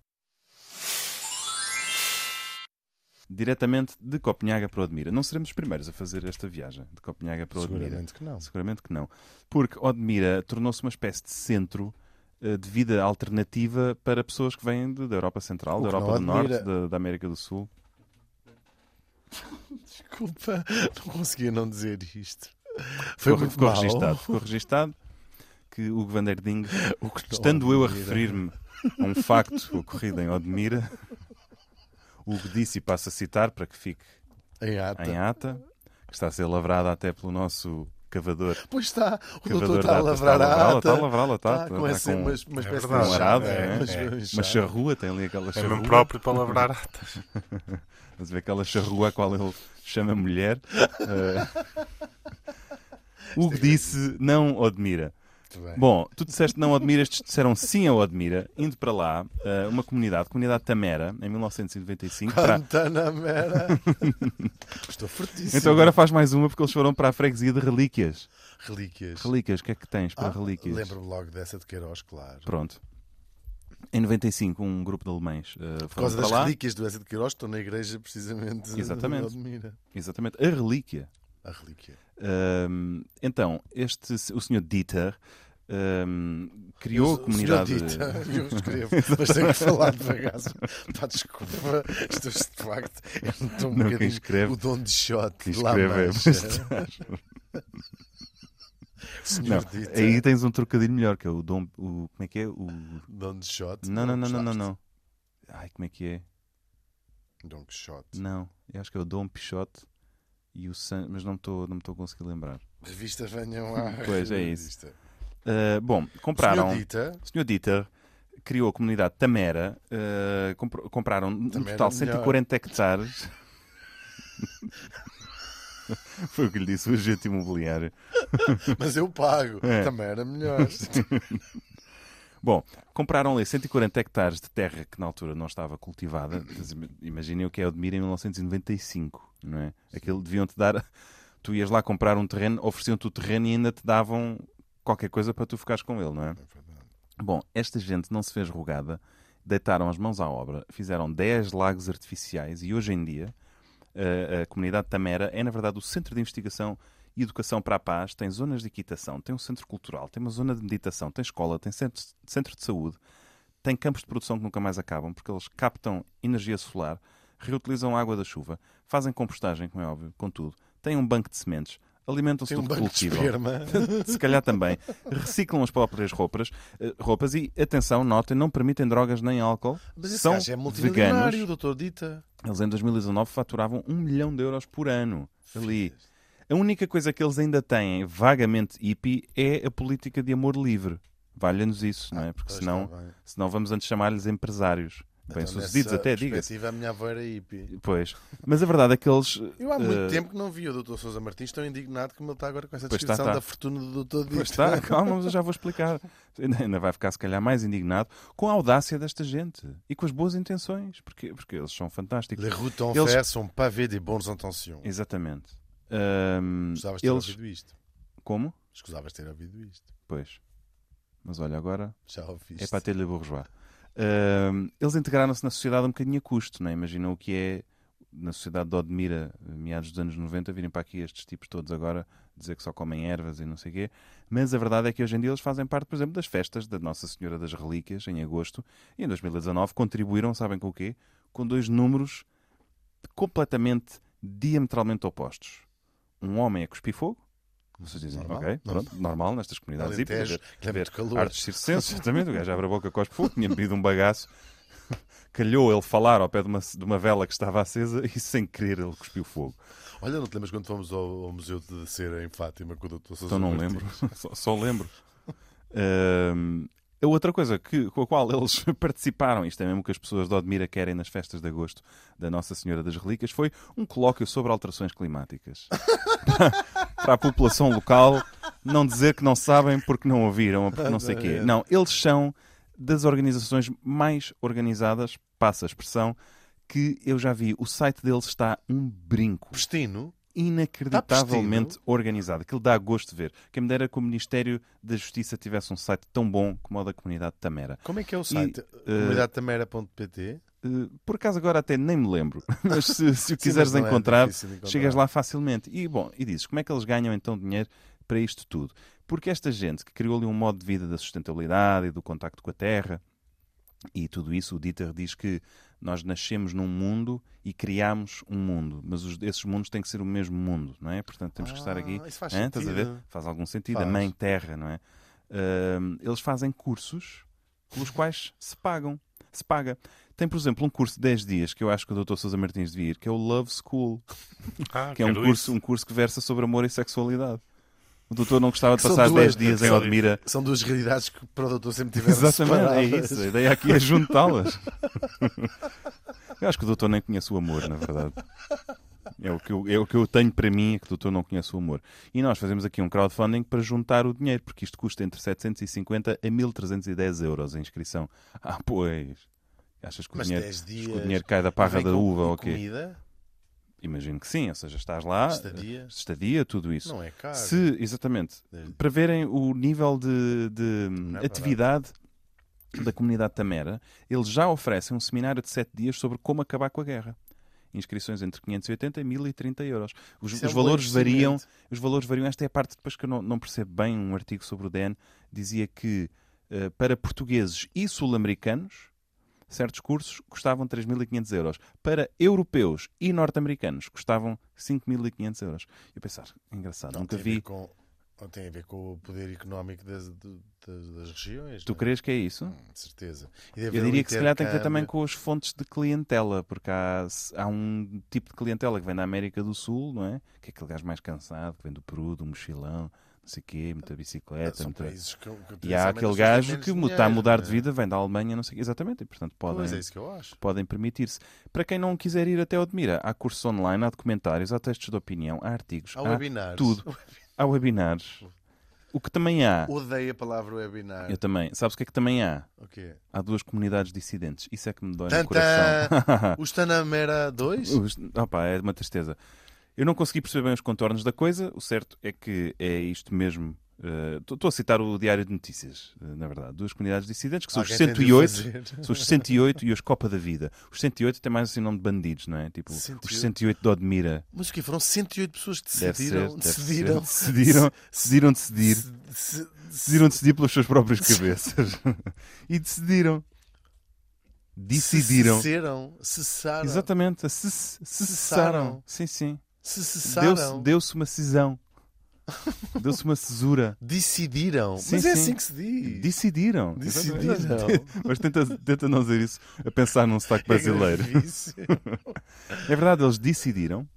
[SPEAKER 1] Diretamente de Copenhaga para Odmira. Não seremos os primeiros a fazer esta viagem de Copenhaga para Odmira.
[SPEAKER 2] Seguramente que não.
[SPEAKER 1] Seguramente que não. Porque Odmira tornou-se uma espécie de centro eh, de vida alternativa para pessoas que vêm de- da Europa Central,
[SPEAKER 2] O
[SPEAKER 1] da
[SPEAKER 2] que
[SPEAKER 1] Europa do
[SPEAKER 2] não admira.
[SPEAKER 1] Norte, da, da América do Sul.
[SPEAKER 2] Desculpa, não conseguia não dizer isto. Foi
[SPEAKER 1] ficou,
[SPEAKER 2] muito
[SPEAKER 1] ficou
[SPEAKER 2] mal.
[SPEAKER 1] registado. Ficou registado que Hugo Van der Ding,
[SPEAKER 2] O que não
[SPEAKER 1] estando eu a
[SPEAKER 2] admira.
[SPEAKER 1] referir-me a um facto ocorrido em Odmira, Hugo disse, e passo a citar para que fique
[SPEAKER 2] Em ata.
[SPEAKER 1] em ata, que está a ser lavrada até pelo nosso cavador.
[SPEAKER 2] Pois está, o
[SPEAKER 1] Cavador
[SPEAKER 2] doutor está a
[SPEAKER 1] de atas,
[SPEAKER 2] lavrar
[SPEAKER 1] está a
[SPEAKER 2] a
[SPEAKER 1] lavrá-la,
[SPEAKER 2] ata.
[SPEAKER 1] está a lavrá-la, está,
[SPEAKER 2] Está
[SPEAKER 1] está Tá,
[SPEAKER 2] Tá, né, com é né?
[SPEAKER 1] com-
[SPEAKER 2] essa, uma, uma espécie
[SPEAKER 3] verdade.
[SPEAKER 2] de
[SPEAKER 1] Um arado,
[SPEAKER 2] chave,
[SPEAKER 1] não é?
[SPEAKER 2] mas-
[SPEAKER 3] É.
[SPEAKER 2] mas-
[SPEAKER 1] Uma charrua, tem ali aquela
[SPEAKER 3] É
[SPEAKER 1] charrua.
[SPEAKER 3] mesmo próprio para lavrar atas.
[SPEAKER 1] Mas vê aquela charrua a qual ele chama mulher.
[SPEAKER 2] Eh,
[SPEAKER 1] O Hugo disse não admira.
[SPEAKER 2] é Muito bem.
[SPEAKER 1] Bom, tu disseste não admira, estes disseram sim ao admira, indo para lá, eh, uma comunidade, comunidade Tamera, em 1995. para-
[SPEAKER 2] Guantanamera. Estou fortíssimo.
[SPEAKER 1] Então agora faz mais uma, porque eles foram para a freguesia de relíquias.
[SPEAKER 2] Relíquias.
[SPEAKER 1] Relíquias, o que é que tens para
[SPEAKER 2] Ah,
[SPEAKER 1] relíquias?
[SPEAKER 2] Lembro-me logo dessa de Queiroz, claro.
[SPEAKER 1] Pronto. Em 95, um grupo de alemães eh,
[SPEAKER 2] Por
[SPEAKER 1] foram
[SPEAKER 2] causa
[SPEAKER 1] para
[SPEAKER 2] das
[SPEAKER 1] lá.
[SPEAKER 2] relíquias do Essa de Queiroz, estou na igreja precisamente de
[SPEAKER 1] Exatamente.
[SPEAKER 2] Odmira.
[SPEAKER 1] Exatamente, a relíquia.
[SPEAKER 2] A relíquia.
[SPEAKER 1] Hum, então, este, o senhor Dieter hum, criou a
[SPEAKER 2] Senhor
[SPEAKER 1] comunidade.
[SPEAKER 2] Dita, eu escrevo, mas tenho que falar devagar. Pá, desculpa, estou de facto. Eu não estou um
[SPEAKER 1] Não, quem
[SPEAKER 2] bocadinho
[SPEAKER 1] escreve-
[SPEAKER 2] o dom de shot
[SPEAKER 1] que
[SPEAKER 2] de lá
[SPEAKER 1] escreve é
[SPEAKER 2] mancha.
[SPEAKER 1] bastante. Não,
[SPEAKER 2] Senhor Dita,
[SPEAKER 1] aí tens um trocadilho melhor, que é o dom. O, como é que é? O,
[SPEAKER 2] dom de shot.
[SPEAKER 1] não, não, não, não, não,
[SPEAKER 2] gostaste?
[SPEAKER 1] não. Ai, como é que é?
[SPEAKER 2] Dom de shot.
[SPEAKER 1] Não, eu acho que é o Dom Pichote e o San... mas não me estou não me estou a conseguir lembrar.
[SPEAKER 2] Revista venham à
[SPEAKER 1] Pois, é isso.
[SPEAKER 2] revista.
[SPEAKER 1] Ah, bom, compraram.
[SPEAKER 2] Senhor Dita,
[SPEAKER 1] O senhor Dieter criou a comunidade Tamera, eh, compro- compraram no
[SPEAKER 2] Tamera
[SPEAKER 1] total
[SPEAKER 2] melhor.
[SPEAKER 1] 140 hectares. Foi o que lhe disse o agente imobiliário.
[SPEAKER 2] mas eu pago.
[SPEAKER 1] É.
[SPEAKER 2] Também era melhor.
[SPEAKER 1] Bom, compraram ali 140 hectares de terra que na altura não estava cultivada. Mas im- Imaginem o que é Odmira em 1995, não é? Aquilo deviam-te dar. Tu ias lá comprar um terreno, ofereciam-te o terreno e ainda te davam qualquer coisa para tu ficares com ele, não é? Bom, esta gente não se fez rugada, deitaram as mãos à obra, fizeram 10 lagos artificiais e hoje em dia eh, a, a comunidade Tamera é, na verdade, o centro de investigação e educação para a paz. Tem zonas de equitação, tem um centro cultural, tem uma zona de meditação, tem escola, tem centro, centro de saúde, tem campos de produção que nunca mais acabam porque eles captam energia solar, reutilizam a água da chuva, fazem compostagem, como é óbvio, contudo, têm um banco de sementes, alimentam-se
[SPEAKER 2] Tem
[SPEAKER 1] do
[SPEAKER 2] um
[SPEAKER 1] que
[SPEAKER 2] banco de
[SPEAKER 1] cultivam
[SPEAKER 2] esperma.
[SPEAKER 1] se calhar também, reciclam as próprias roupas, eh, roupas e, atenção, notem, não permitem drogas nem álcool.
[SPEAKER 2] Mas esse
[SPEAKER 1] São
[SPEAKER 2] gajo é multimilionário,
[SPEAKER 1] veganos.
[SPEAKER 2] doutor Dita.
[SPEAKER 1] Eles em 2019 faturavam um milhão de euros por ano ali.
[SPEAKER 2] Então,
[SPEAKER 1] A única coisa que eles ainda têm, vagamente hippie, é a política de amor livre. Valha-nos isso, não é? Porque
[SPEAKER 2] Pois,
[SPEAKER 1] senão,
[SPEAKER 2] tá bem.
[SPEAKER 1] senão vamos antes chamar-lhes empresários. Bem-sucedidos,
[SPEAKER 2] Então, nessa
[SPEAKER 1] até diga-se.
[SPEAKER 2] perspectiva, A minha avó era hippie.
[SPEAKER 1] Pois. Mas a verdade é que eles.
[SPEAKER 2] Eu há muito
[SPEAKER 1] eh,
[SPEAKER 2] tempo que não vi o doutor Sousa Martins, estou indignado como ele está agora com essa
[SPEAKER 1] Pois
[SPEAKER 2] descrição
[SPEAKER 1] está, está.
[SPEAKER 2] da fortuna do doutor Dita.
[SPEAKER 1] Pois está, calma, mas eu já vou explicar. Ainda ainda vai ficar, se calhar, mais indignado com a audácia desta gente e com as boas intenções, porque, porque eles são fantásticos.
[SPEAKER 2] Le Routon
[SPEAKER 1] Eles-
[SPEAKER 2] Fer são pavé de bons intentions.
[SPEAKER 1] Exatamente. Ahm,
[SPEAKER 2] Escusavas é ter
[SPEAKER 1] eles.
[SPEAKER 2] ouvido isto.
[SPEAKER 1] Como?
[SPEAKER 2] Escusavas ter ouvido isto.
[SPEAKER 1] Pois. Mas olha, agora
[SPEAKER 2] Já ouviste.
[SPEAKER 1] é para ter-lhe a bourgeois. Ahm, eles integraram-se na sociedade um bocadinho a custo, não é? Imaginam o que é na sociedade de Odmira, meados dos anos 90, virem para aqui estes tipos todos agora dizer que só comem ervas e não sei o quê. Mas a verdade é que hoje em dia eles fazem parte, por exemplo, das festas da Nossa Senhora das Relíquias, em agosto, e em 2019 contribuíram, sabem com o quê? Com dois números completamente, diametralmente opostos. Um homem a cuspir fogo, vocês dizem,
[SPEAKER 2] Normal.
[SPEAKER 1] ok, pronto, normal, nestas comunidades hippies,
[SPEAKER 2] Alentejo, que é muito calor.
[SPEAKER 1] Artes circenses, exatamente. O gajo abre a boca, cospe fogo, tinha bebido um bagaço. Calhou ele falar ao pé de uma, de uma vela que estava acesa e sem querer ele cuspiu fogo.
[SPEAKER 2] Olha, não te lembras quando fomos ao, ao Museu de Cera em Fátima com o doutor Sousa
[SPEAKER 1] Então não
[SPEAKER 2] Martins?
[SPEAKER 1] lembro, só, só lembro. Ahm, A outra coisa que, com a qual eles participaram, isto é mesmo que as pessoas de Odmira querem nas festas de agosto da Nossa Senhora das Relíquias, foi um colóquio sobre alterações climáticas. para a população local não dizer que não sabem porque não ouviram ou porque não sei o quê. Não, eles são das organizações mais organizadas, passa a expressão, que eu já vi. O site deles está um brinco
[SPEAKER 2] Pristino?
[SPEAKER 1] inacreditavelmente organizado. Aquilo dá gosto de ver. Quem me dera que o Ministério da Justiça tivesse um site tão bom como o da Comunidade de Tamera.
[SPEAKER 2] Como é que é o site? Comunidadetamera.pt?
[SPEAKER 1] Eh, por acaso agora até nem me lembro, mas se, se o quiseres
[SPEAKER 2] não é
[SPEAKER 1] encontrar,
[SPEAKER 2] difícil de encontrar.
[SPEAKER 1] chegas lá facilmente. E bom, e dizes como é que eles ganham então dinheiro para isto tudo? Porque esta gente que criou ali um modo de vida da sustentabilidade e do contacto com a terra e tudo isso, o Dieter diz que nós nascemos num mundo e criámos um mundo, mas os- esses mundos têm que ser o mesmo mundo, não é? Portanto, temos que estar
[SPEAKER 2] Ah,
[SPEAKER 1] aqui.
[SPEAKER 2] isso faz
[SPEAKER 1] Hã? Estás a ver?
[SPEAKER 2] sentido.
[SPEAKER 1] Faz algum sentido. A
[SPEAKER 2] Faz.
[SPEAKER 1] mãe terra, não é? Ahm, eles fazem cursos pelos quais se pagam. Se paga. Tem, por exemplo, um curso de 10 dias que eu acho que o Dr. Sousa Martins devia ir, que é o Love School,
[SPEAKER 3] Ah,
[SPEAKER 1] que é um
[SPEAKER 3] quero
[SPEAKER 1] curso,
[SPEAKER 3] isso.
[SPEAKER 1] um curso que versa sobre amor e sexualidade. O doutor não gostava de
[SPEAKER 2] Que são
[SPEAKER 1] passar 10
[SPEAKER 2] duas-
[SPEAKER 1] dias em
[SPEAKER 3] são-
[SPEAKER 1] Odmira.
[SPEAKER 2] São duas realidades que para o doutor sempre tiveram
[SPEAKER 1] Exatamente, é
[SPEAKER 2] separadas.
[SPEAKER 1] isso. A ideia aqui é juntá-las. Eu acho que o doutor nem conhece o amor, na verdade. É o, que eu, é o que eu tenho para mim, é que o doutor não conhece o amor. E nós fazemos aqui um crowdfunding para juntar o dinheiro, porque isto custa entre 750 a 1310 euros a inscrição. Ah, pois. Achas que o,
[SPEAKER 2] Mas
[SPEAKER 1] dinheiro,
[SPEAKER 2] 10
[SPEAKER 1] achas que
[SPEAKER 2] dias,
[SPEAKER 1] o dinheiro cai da parra
[SPEAKER 2] Vem
[SPEAKER 1] da
[SPEAKER 2] com-
[SPEAKER 1] uva
[SPEAKER 2] com
[SPEAKER 1] ou quê?
[SPEAKER 2] Comida,
[SPEAKER 1] Imagino que sim, ou seja, estás lá,
[SPEAKER 2] Estadia.
[SPEAKER 1] estadia, tudo isso.
[SPEAKER 2] não é caro.
[SPEAKER 1] Se, exatamente, para verem o nível de, de,
[SPEAKER 2] é
[SPEAKER 1] atividade da comunidade Tamera, eles já oferecem um seminário de 7 dias sobre como acabar com a guerra. Inscrições entre 580 e 1030 euros. Os,
[SPEAKER 2] Isso é
[SPEAKER 1] os
[SPEAKER 2] um bom
[SPEAKER 1] valores variam.
[SPEAKER 2] investimento.
[SPEAKER 1] Os valores variam. Esta é a parte depois que eu não, não percebo bem. Um artigo sobre o DEN dizia que eh, para portugueses e sul-americanos certos cursos custavam 3.500 euros. Para europeus e norte-americanos custavam 5.500 euros. Eu pensar, engraçado,
[SPEAKER 2] Não
[SPEAKER 1] nunca
[SPEAKER 2] tem a ver
[SPEAKER 1] vi.
[SPEAKER 2] Com, não tem a ver com o poder económico das, do- das, das regiões.
[SPEAKER 1] Tu
[SPEAKER 2] não é?
[SPEAKER 1] crees que é isso?
[SPEAKER 2] Hum, de certeza.
[SPEAKER 1] Eu
[SPEAKER 2] um
[SPEAKER 1] diria que se calhar tem que ver também com as fontes de clientela, porque há, há um tipo de clientela que vem da América do Sul, não é? Que é aquele gajo mais cansado, que vem do Peru, do mochilão, não sei o quê, muita bicicleta.
[SPEAKER 2] Ah, São
[SPEAKER 1] muita-
[SPEAKER 2] países que, que
[SPEAKER 1] é? E há aquele
[SPEAKER 2] tendencialmente as pessoas têm
[SPEAKER 1] gajo
[SPEAKER 2] menos
[SPEAKER 1] que mu-
[SPEAKER 2] dinheiro,
[SPEAKER 1] está a mudar
[SPEAKER 2] não é?
[SPEAKER 1] de vida, vem da Alemanha, não sei o quê. Exatamente, e portanto podem,
[SPEAKER 2] Pois é, isso que eu acho.
[SPEAKER 1] podem permitir-se. Para quem não quiser ir até Odmira, há cursos online, há documentários, há textos de opinião, há artigos,
[SPEAKER 2] Há
[SPEAKER 1] há,
[SPEAKER 2] webinars.
[SPEAKER 1] tudo. há webinars. O que também há,
[SPEAKER 2] Odeio a palavra webinar.
[SPEAKER 1] eu também, sabes o que é que também há?
[SPEAKER 2] O quê?
[SPEAKER 1] Há duas comunidades dissidentes. Isso é que me dói no
[SPEAKER 2] Tantã!
[SPEAKER 1] coração.
[SPEAKER 2] O Stanamera 2?
[SPEAKER 1] Os- opá, é uma tristeza. Eu não consegui perceber bem os contornos da coisa. O certo é que é isto mesmo. Estou a citar o Diário de Notícias, eh, na verdade. Duas comunidades dissidentes, que são os
[SPEAKER 2] Alguém tem de o
[SPEAKER 1] 108,
[SPEAKER 2] fazer.
[SPEAKER 1] são os 108 e os Copa da Vida. Os 108 têm mais assim nome de bandidos, não é? Tipo,
[SPEAKER 2] 108.
[SPEAKER 1] os 108 de Odmira.
[SPEAKER 2] Mas o quê? Foram 108 pessoas que
[SPEAKER 1] Deve
[SPEAKER 2] decidiram.
[SPEAKER 1] ser, deve ser.
[SPEAKER 2] decidiram.
[SPEAKER 1] Decidiram, decidiram decidir.
[SPEAKER 2] se- se-
[SPEAKER 1] Decidiram decidir pelas suas próprias cabeças. e decidiram. Decidiram.
[SPEAKER 2] Cessaram. Cessaram.
[SPEAKER 1] Exatamente, a cess- cessaram. Sim, sim.
[SPEAKER 2] Se
[SPEAKER 1] Deu-se
[SPEAKER 2] cessaram.
[SPEAKER 1] deu-se uma cisão. Deu-se uma cesura.
[SPEAKER 2] Decidiram.
[SPEAKER 1] Sim,
[SPEAKER 2] Mas é
[SPEAKER 1] sim.
[SPEAKER 2] assim que se diz.
[SPEAKER 1] Decidiram.
[SPEAKER 2] Decidiram.
[SPEAKER 1] Exatamente. Mas tenta, tenta não dizer isso a pensar num sotaque brasileiro.
[SPEAKER 2] É gravíssimo.
[SPEAKER 1] É verdade, eles decidiram.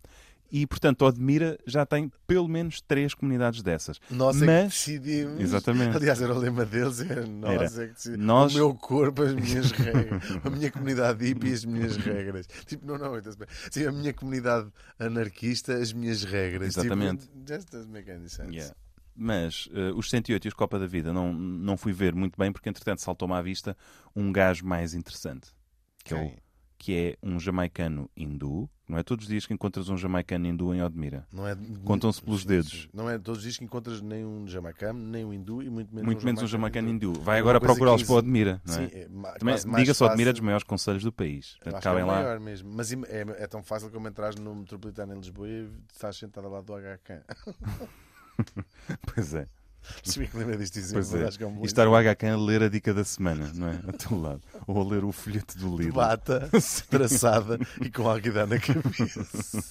[SPEAKER 1] E, portanto, Odmira já tem pelo menos três comunidades dessas.
[SPEAKER 2] Nós é que
[SPEAKER 1] Mas-
[SPEAKER 2] decidimos.
[SPEAKER 1] Exatamente.
[SPEAKER 2] Aliás, era o lema deles: era nós é que decidimos.
[SPEAKER 1] Nós-
[SPEAKER 2] O meu corpo, as minhas regras. A minha comunidade hippie e as minhas regras. Tipo, não, não, então, Sim, a minha comunidade anarquista, as minhas regras.
[SPEAKER 1] Exatamente.
[SPEAKER 2] Tipo, just doesn't make any sense.
[SPEAKER 1] Yeah. Mas eh, os 108 e os Copa da Vida não, não fui ver muito bem, porque entretanto saltou-me à vista um gajo mais interessante. Que é, o-
[SPEAKER 2] Quem?
[SPEAKER 1] que é um jamaicano hindu. Não é todos os dias que encontras um jamaicano hindu em Odmira.
[SPEAKER 2] Não é...
[SPEAKER 1] Contam-se pelos dedos.
[SPEAKER 2] Não é todos os dias que encontras nem um jamaicano, nem um hindu e muito menos
[SPEAKER 1] Muito
[SPEAKER 2] um
[SPEAKER 1] menos um
[SPEAKER 2] jamaicano
[SPEAKER 1] jamaicano
[SPEAKER 2] hindu.
[SPEAKER 1] hindu. Vai
[SPEAKER 2] É uma
[SPEAKER 1] agora
[SPEAKER 2] coisa
[SPEAKER 1] procurá-los
[SPEAKER 2] que
[SPEAKER 1] para Odmira. Não é?
[SPEAKER 2] Sim, é ma-
[SPEAKER 1] Também,
[SPEAKER 2] quase mais
[SPEAKER 1] diga-se, Odmira é
[SPEAKER 2] fácil.
[SPEAKER 1] dos maiores conselhos do país.
[SPEAKER 2] Eu Acho que é
[SPEAKER 1] Acabem
[SPEAKER 2] o
[SPEAKER 1] lá.
[SPEAKER 2] maior mesmo. Mas im- é, é tão fácil como entrares no metropolitano em Lisboa e estás sentado ao lado do HK.
[SPEAKER 1] Pois é.
[SPEAKER 2] Se bem que lembra disto exemplo,
[SPEAKER 1] Pois é.
[SPEAKER 2] acho que é um bom
[SPEAKER 1] E estar o HK a ler a dica da semana, não é? A teu lado. Ou a ler o folheto do
[SPEAKER 2] exemplo.
[SPEAKER 1] livro.
[SPEAKER 2] bata, traçada e com a águida na cabeça.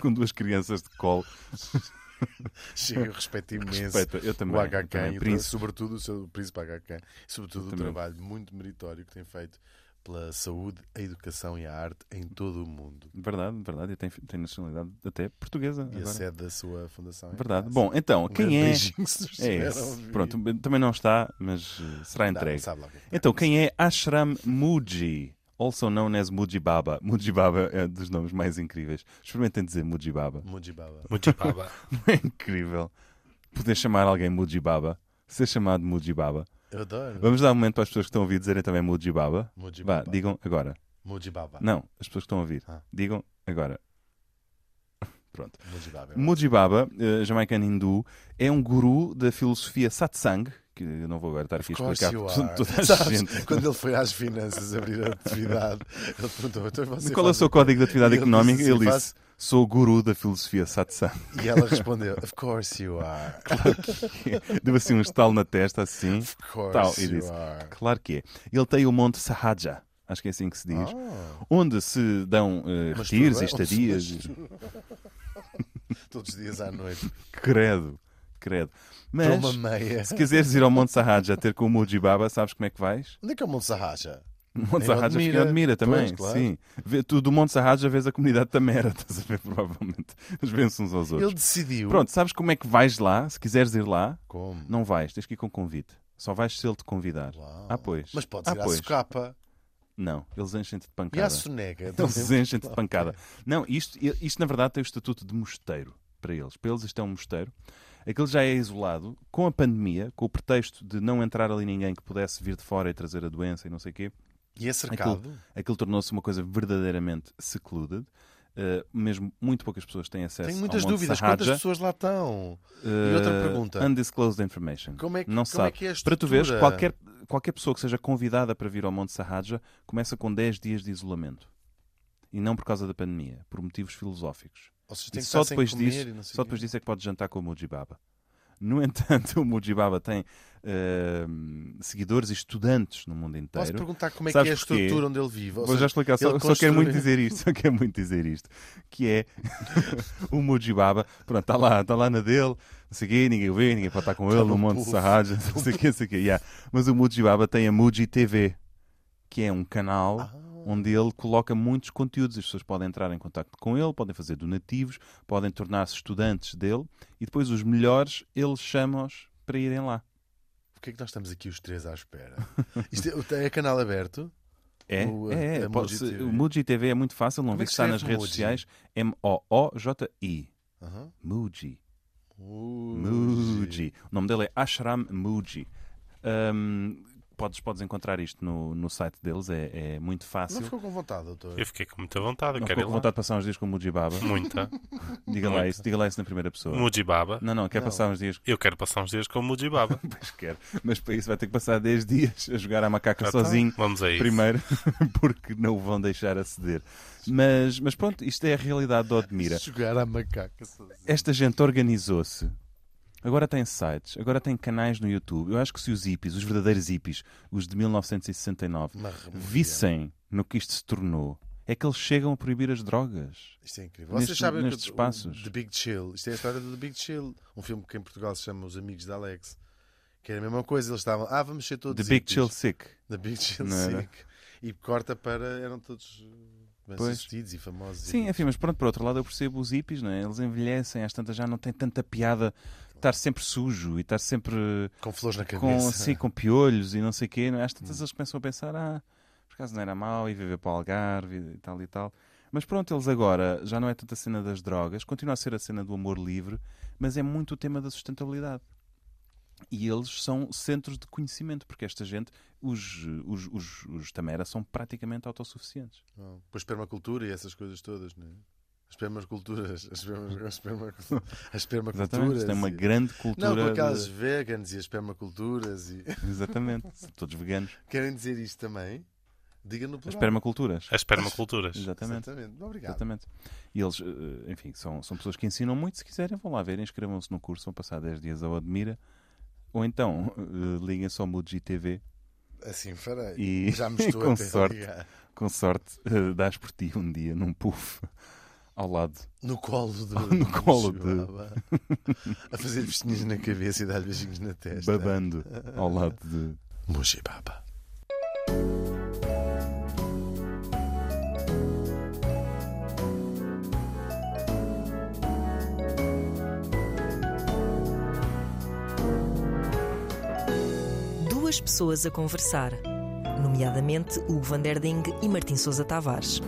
[SPEAKER 1] Com duas crianças de colo.
[SPEAKER 2] Chega o respeito imenso.
[SPEAKER 1] Respeito. Eu também.
[SPEAKER 2] o
[SPEAKER 1] eu
[SPEAKER 2] HK,
[SPEAKER 1] também.
[SPEAKER 2] e o tra-
[SPEAKER 1] Príncipe.
[SPEAKER 2] sobretudo o seu príncipe HK, sobretudo o
[SPEAKER 1] Também.
[SPEAKER 2] trabalho muito meritório que tem feito pela saúde, a educação e a arte em todo o mundo.
[SPEAKER 1] Verdade, verdade. E tem, tem nacionalidade até portuguesa.
[SPEAKER 2] E a
[SPEAKER 1] agora.
[SPEAKER 2] sede da sua fundação. é
[SPEAKER 1] Verdade.
[SPEAKER 2] em
[SPEAKER 1] Bom, então,
[SPEAKER 2] Um
[SPEAKER 1] quem
[SPEAKER 2] grande
[SPEAKER 1] é.
[SPEAKER 2] beijinho, se nos
[SPEAKER 1] É
[SPEAKER 2] tiveram a
[SPEAKER 1] esse.
[SPEAKER 2] ouvir.
[SPEAKER 1] Pronto, também não está, mas eh, será
[SPEAKER 2] Não, não
[SPEAKER 1] entregue.
[SPEAKER 2] sabe lá o que é que
[SPEAKER 1] Então, quem é Ashram Muji? Also known as Mujibaba. Mujibaba é um dos nomes mais incríveis. Experimentem dizer Mujibaba.
[SPEAKER 2] Mujibaba.
[SPEAKER 3] Mujibaba.
[SPEAKER 1] É incrível. Poder chamar alguém Mujibaba. Ser chamado Mujibaba.
[SPEAKER 2] Eu adoro.
[SPEAKER 1] Vamos dar um momento para as pessoas que estão a ouvir dizerem também Mujibaba. Vá,
[SPEAKER 2] Mujibaba.
[SPEAKER 1] digam agora.
[SPEAKER 2] Mujibaba.
[SPEAKER 1] Não, as pessoas que estão a ouvir.
[SPEAKER 2] Ah.
[SPEAKER 1] Digam agora. Pronto.
[SPEAKER 2] Mujibaba. é
[SPEAKER 1] Mujibaba, eh, jamaicano hindu, é um guru da filosofia satsang, que eu não vou agora estar aqui a
[SPEAKER 2] course
[SPEAKER 1] explicar
[SPEAKER 2] you
[SPEAKER 1] porque
[SPEAKER 2] are.
[SPEAKER 1] toda a
[SPEAKER 2] Sabes,
[SPEAKER 1] gente.
[SPEAKER 2] Quando ele foi às finanças abrir a atividade, ele perguntou: então você
[SPEAKER 1] Qual é o
[SPEAKER 2] faz
[SPEAKER 1] seu código de atividade
[SPEAKER 2] E ele
[SPEAKER 1] económica?
[SPEAKER 2] disse assim,
[SPEAKER 1] Ele disse:
[SPEAKER 2] faço-
[SPEAKER 1] sou guru da filosofia satsang.
[SPEAKER 2] quê?" E ela respondeu: Of course you are.
[SPEAKER 1] Deu assim um estalo na testa, assim.
[SPEAKER 2] Of course
[SPEAKER 1] Tal, e
[SPEAKER 2] you
[SPEAKER 1] disse.
[SPEAKER 2] are.
[SPEAKER 1] Claro que é. Ele tem o Monte Sahaja, acho que é assim que se diz,
[SPEAKER 2] Oh,
[SPEAKER 1] onde se dão eh,
[SPEAKER 2] Mas
[SPEAKER 1] retiros e
[SPEAKER 2] tudo bem?
[SPEAKER 1] estadias.
[SPEAKER 2] todos os dias à noite.
[SPEAKER 1] Credo, credo.
[SPEAKER 2] Mas...
[SPEAKER 1] Mas
[SPEAKER 2] uma meia.
[SPEAKER 1] se quiseres ir ao Monte Sahaja ter com o Mujibaba, sabes como é que vais?
[SPEAKER 2] Onde é que é o Monte Sarraja?
[SPEAKER 1] Monte
[SPEAKER 2] Em
[SPEAKER 1] Sahaja fica em
[SPEAKER 2] Odmira.
[SPEAKER 1] Admira também,
[SPEAKER 2] Pois, claro.
[SPEAKER 1] sim. Vê- tu do Monte Sahaja vês a comunidade Tamera, estás a ver, provavelmente. Mas vêem-se uns aos outros.
[SPEAKER 2] Ele decidiu.
[SPEAKER 1] Pronto, sabes como é que vais lá? Se quiseres ir lá,
[SPEAKER 2] Como?
[SPEAKER 1] não vais, tens que ir com convite. Só vais se ele te convidar.
[SPEAKER 2] Uau.
[SPEAKER 1] Ah, pois.
[SPEAKER 2] Mas podes
[SPEAKER 1] Ah,
[SPEAKER 2] ir à
[SPEAKER 1] pois.
[SPEAKER 2] socapa
[SPEAKER 1] Não, eles enchem-te de
[SPEAKER 2] e à
[SPEAKER 1] pancada.
[SPEAKER 2] soneca.
[SPEAKER 1] Eles
[SPEAKER 2] também.
[SPEAKER 1] enchem-te Então, de pancada. Não, isto, isto na verdade tem o estatuto de mosteiro para eles. Para eles isto é um mosteiro. Aquilo já é isolado com a pandemia, com o pretexto de não entrar ali ninguém que pudesse vir de fora e trazer a doença e não sei o quê.
[SPEAKER 2] E é cercado.
[SPEAKER 1] Aquilo tornou-se uma coisa verdadeiramente secluded. Uh, mesmo muito poucas pessoas têm acesso
[SPEAKER 2] Tenho muitas
[SPEAKER 1] ao Monte
[SPEAKER 2] dúvidas.
[SPEAKER 1] Sahaja.
[SPEAKER 2] Quantas pessoas lá estão? E outra pergunta.
[SPEAKER 1] Uh, Undisclosed information.
[SPEAKER 2] Como é que-
[SPEAKER 1] não
[SPEAKER 2] como
[SPEAKER 1] sabe.
[SPEAKER 2] é que é a
[SPEAKER 1] para tu veres,
[SPEAKER 2] estrutura?
[SPEAKER 1] qualquer, qualquer pessoa que seja convidada para vir ao Monte Sahaja começa com 10 dias de isolamento. E não por causa da pandemia, por motivos filosóficos.
[SPEAKER 2] Ou seja,
[SPEAKER 1] E
[SPEAKER 2] tem que
[SPEAKER 1] só
[SPEAKER 2] estar sem
[SPEAKER 1] depois,
[SPEAKER 2] comer
[SPEAKER 1] disso,
[SPEAKER 2] e não sei
[SPEAKER 1] só
[SPEAKER 2] o quê.
[SPEAKER 1] depois disso é que pode jantar com o Mujibaba. No entanto, o Mujibaba tem uh, seguidores e estudantes no mundo
[SPEAKER 2] Posso
[SPEAKER 1] inteiro.
[SPEAKER 2] perguntar como é
[SPEAKER 1] Sabes
[SPEAKER 2] que é a
[SPEAKER 1] porquê?
[SPEAKER 2] estrutura onde ele vive? Ou
[SPEAKER 1] Vou
[SPEAKER 2] seja,
[SPEAKER 1] já explicar, só,
[SPEAKER 2] ele
[SPEAKER 1] só quero muito
[SPEAKER 2] construiu-
[SPEAKER 1] dizer isto, só quero muito dizer isto, que é o Mujibaba, pronto, está lá, está lá na dele, não sei o quê, ninguém o vê, ninguém pode estar com ele,
[SPEAKER 2] Tá no
[SPEAKER 1] no Monte
[SPEAKER 2] puff.
[SPEAKER 1] Sahaja, não sei o quê, não sei o quê, yeah. mas o Mujibaba tem a Muji TV, que é um canal
[SPEAKER 2] Ah.
[SPEAKER 1] onde ele coloca muitos conteúdos, as pessoas podem entrar em contato com ele, podem fazer donativos, podem tornar-se estudantes dele, e depois os melhores, ele chama-os para irem lá.
[SPEAKER 2] Porquê é que nós estamos aqui os três à espera? Isto é, é canal aberto?
[SPEAKER 1] É,
[SPEAKER 2] O,
[SPEAKER 1] é, é.
[SPEAKER 2] a
[SPEAKER 1] pode
[SPEAKER 2] Muji
[SPEAKER 1] ser-
[SPEAKER 2] TV.
[SPEAKER 1] o Muji TV é muito fácil, não
[SPEAKER 2] Como
[SPEAKER 1] vi
[SPEAKER 2] é
[SPEAKER 1] que
[SPEAKER 2] que
[SPEAKER 1] está
[SPEAKER 2] escreve
[SPEAKER 1] nas redes
[SPEAKER 2] Muji?
[SPEAKER 1] sociais. M-O-O-J-I.
[SPEAKER 2] Aham.
[SPEAKER 1] Muji.
[SPEAKER 2] Muji.
[SPEAKER 1] Muji. O nome dele é Ashram Muji. Ahm, podes, podes encontrar isto no, no site deles, é, é muito fácil.
[SPEAKER 2] Não ficou com vontade, doutor?
[SPEAKER 3] Eu fiquei com muita vontade,
[SPEAKER 1] Não
[SPEAKER 3] quero
[SPEAKER 1] ficou
[SPEAKER 3] ir
[SPEAKER 1] com
[SPEAKER 3] lá.
[SPEAKER 1] vontade de passar uns dias com o Mujibaba.
[SPEAKER 3] Muita.
[SPEAKER 1] Diga lá,
[SPEAKER 3] Muito.
[SPEAKER 1] isso, diga lá isso na primeira pessoa.
[SPEAKER 3] Mujibaba.
[SPEAKER 1] Não, não, quer passar uns dias,
[SPEAKER 3] Eu quero passar uns dias com o Mujibaba.
[SPEAKER 1] pois quer. Mas para isso vai ter que passar 10 dias a jogar à macaca
[SPEAKER 3] Ah, tá.
[SPEAKER 1] sozinho.
[SPEAKER 3] Vamos a isso.
[SPEAKER 1] Primeiro, porque não o vão deixar aceder. Mas, mas pronto, isto é a realidade do Odmira.
[SPEAKER 2] Jogar à macaca. sozinho.
[SPEAKER 1] Esta gente organizou-se. Agora tem sites, agora tem canais no YouTube. Eu acho que se os hippies, os verdadeiros hippies, os de 1969,
[SPEAKER 2] Uma remoria.
[SPEAKER 1] vissem no que isto se tornou, é que eles chegam a proibir as drogas.
[SPEAKER 2] Isto é incrível.
[SPEAKER 1] Neste-
[SPEAKER 2] Vocês sabem
[SPEAKER 1] nestes
[SPEAKER 2] que o-
[SPEAKER 1] espaços.
[SPEAKER 2] o The Big Chill. Isto é a história do The Big Chill. Um filme que em Portugal se chama Os Amigos da Alex. Que era a mesma coisa. Eles estavam, ah, vamos ser
[SPEAKER 1] The
[SPEAKER 2] todos
[SPEAKER 1] Big
[SPEAKER 2] hippies."
[SPEAKER 1] Chill Sick.
[SPEAKER 2] The Big Chill
[SPEAKER 1] Não era?
[SPEAKER 2] Sick. E corta para, eram todos eh, bem
[SPEAKER 1] Pois.
[SPEAKER 2] sucedidos e famosos. e
[SPEAKER 1] Sim, é enfim, mas pronto, por outro lado eu percebo os hippies, não é? eles envelhecem, às tantas já não tem tanta piada estar sempre sujo e estar sempre
[SPEAKER 2] com flores na cabeça. Hum.
[SPEAKER 1] com, assim, com piolhos e não sei o quê. não é? Às tantas eles começam a pensar, ah, por acaso não era mau e viver para o Algarve e tal e tal. Mas pronto, eles agora, já não é tanto a cena das drogas, continua a ser a cena do amor livre, mas é muito o tema da sustentabilidade. E eles são centros de conhecimento, porque esta gente, os, os, os, os Tamera, são praticamente autossuficientes.
[SPEAKER 2] Não. Pois permacultura e essas coisas todas, não é? As permaculturas, as, perma, as, permacultura, as
[SPEAKER 1] Exatamente,
[SPEAKER 2] permaculturas.
[SPEAKER 1] eles têm uma
[SPEAKER 2] e-
[SPEAKER 1] grande cultura.
[SPEAKER 2] Não, com
[SPEAKER 1] de-
[SPEAKER 2] aquelas veganas e as permaculturas. E...
[SPEAKER 1] Exatamente, são todos veganos.
[SPEAKER 2] Querem dizer isto também? Diga no
[SPEAKER 1] As
[SPEAKER 2] plural.
[SPEAKER 1] permaculturas.
[SPEAKER 3] As permaculturas.
[SPEAKER 1] Exatamente.
[SPEAKER 2] Exatamente. Obrigado.
[SPEAKER 1] Exatamente. E eles, eh, enfim, são, são pessoas que ensinam muito. Se quiserem, vão lá ver, inscrevam-se no curso, vão passar 10 dias ao Admira. Ou então, eh, liguem-se ao Muji TV.
[SPEAKER 2] Assim farei.
[SPEAKER 1] E-
[SPEAKER 2] Já me estou
[SPEAKER 1] com
[SPEAKER 2] a ter-
[SPEAKER 1] sorte.
[SPEAKER 2] ligar.
[SPEAKER 1] Com sorte, eh, dás por ti um dia num puff ao lado.
[SPEAKER 2] No colo de.
[SPEAKER 1] No
[SPEAKER 2] do
[SPEAKER 1] colo de-
[SPEAKER 2] Chihuahua. a fazer festinhas na cabeça e dar beijinhos na testa. é.
[SPEAKER 1] Babando ao lado de.
[SPEAKER 2] Mochibaba.
[SPEAKER 4] Duas pessoas a conversar, nomeadamente Hugo Vanderding e Martim Sousa Tavares.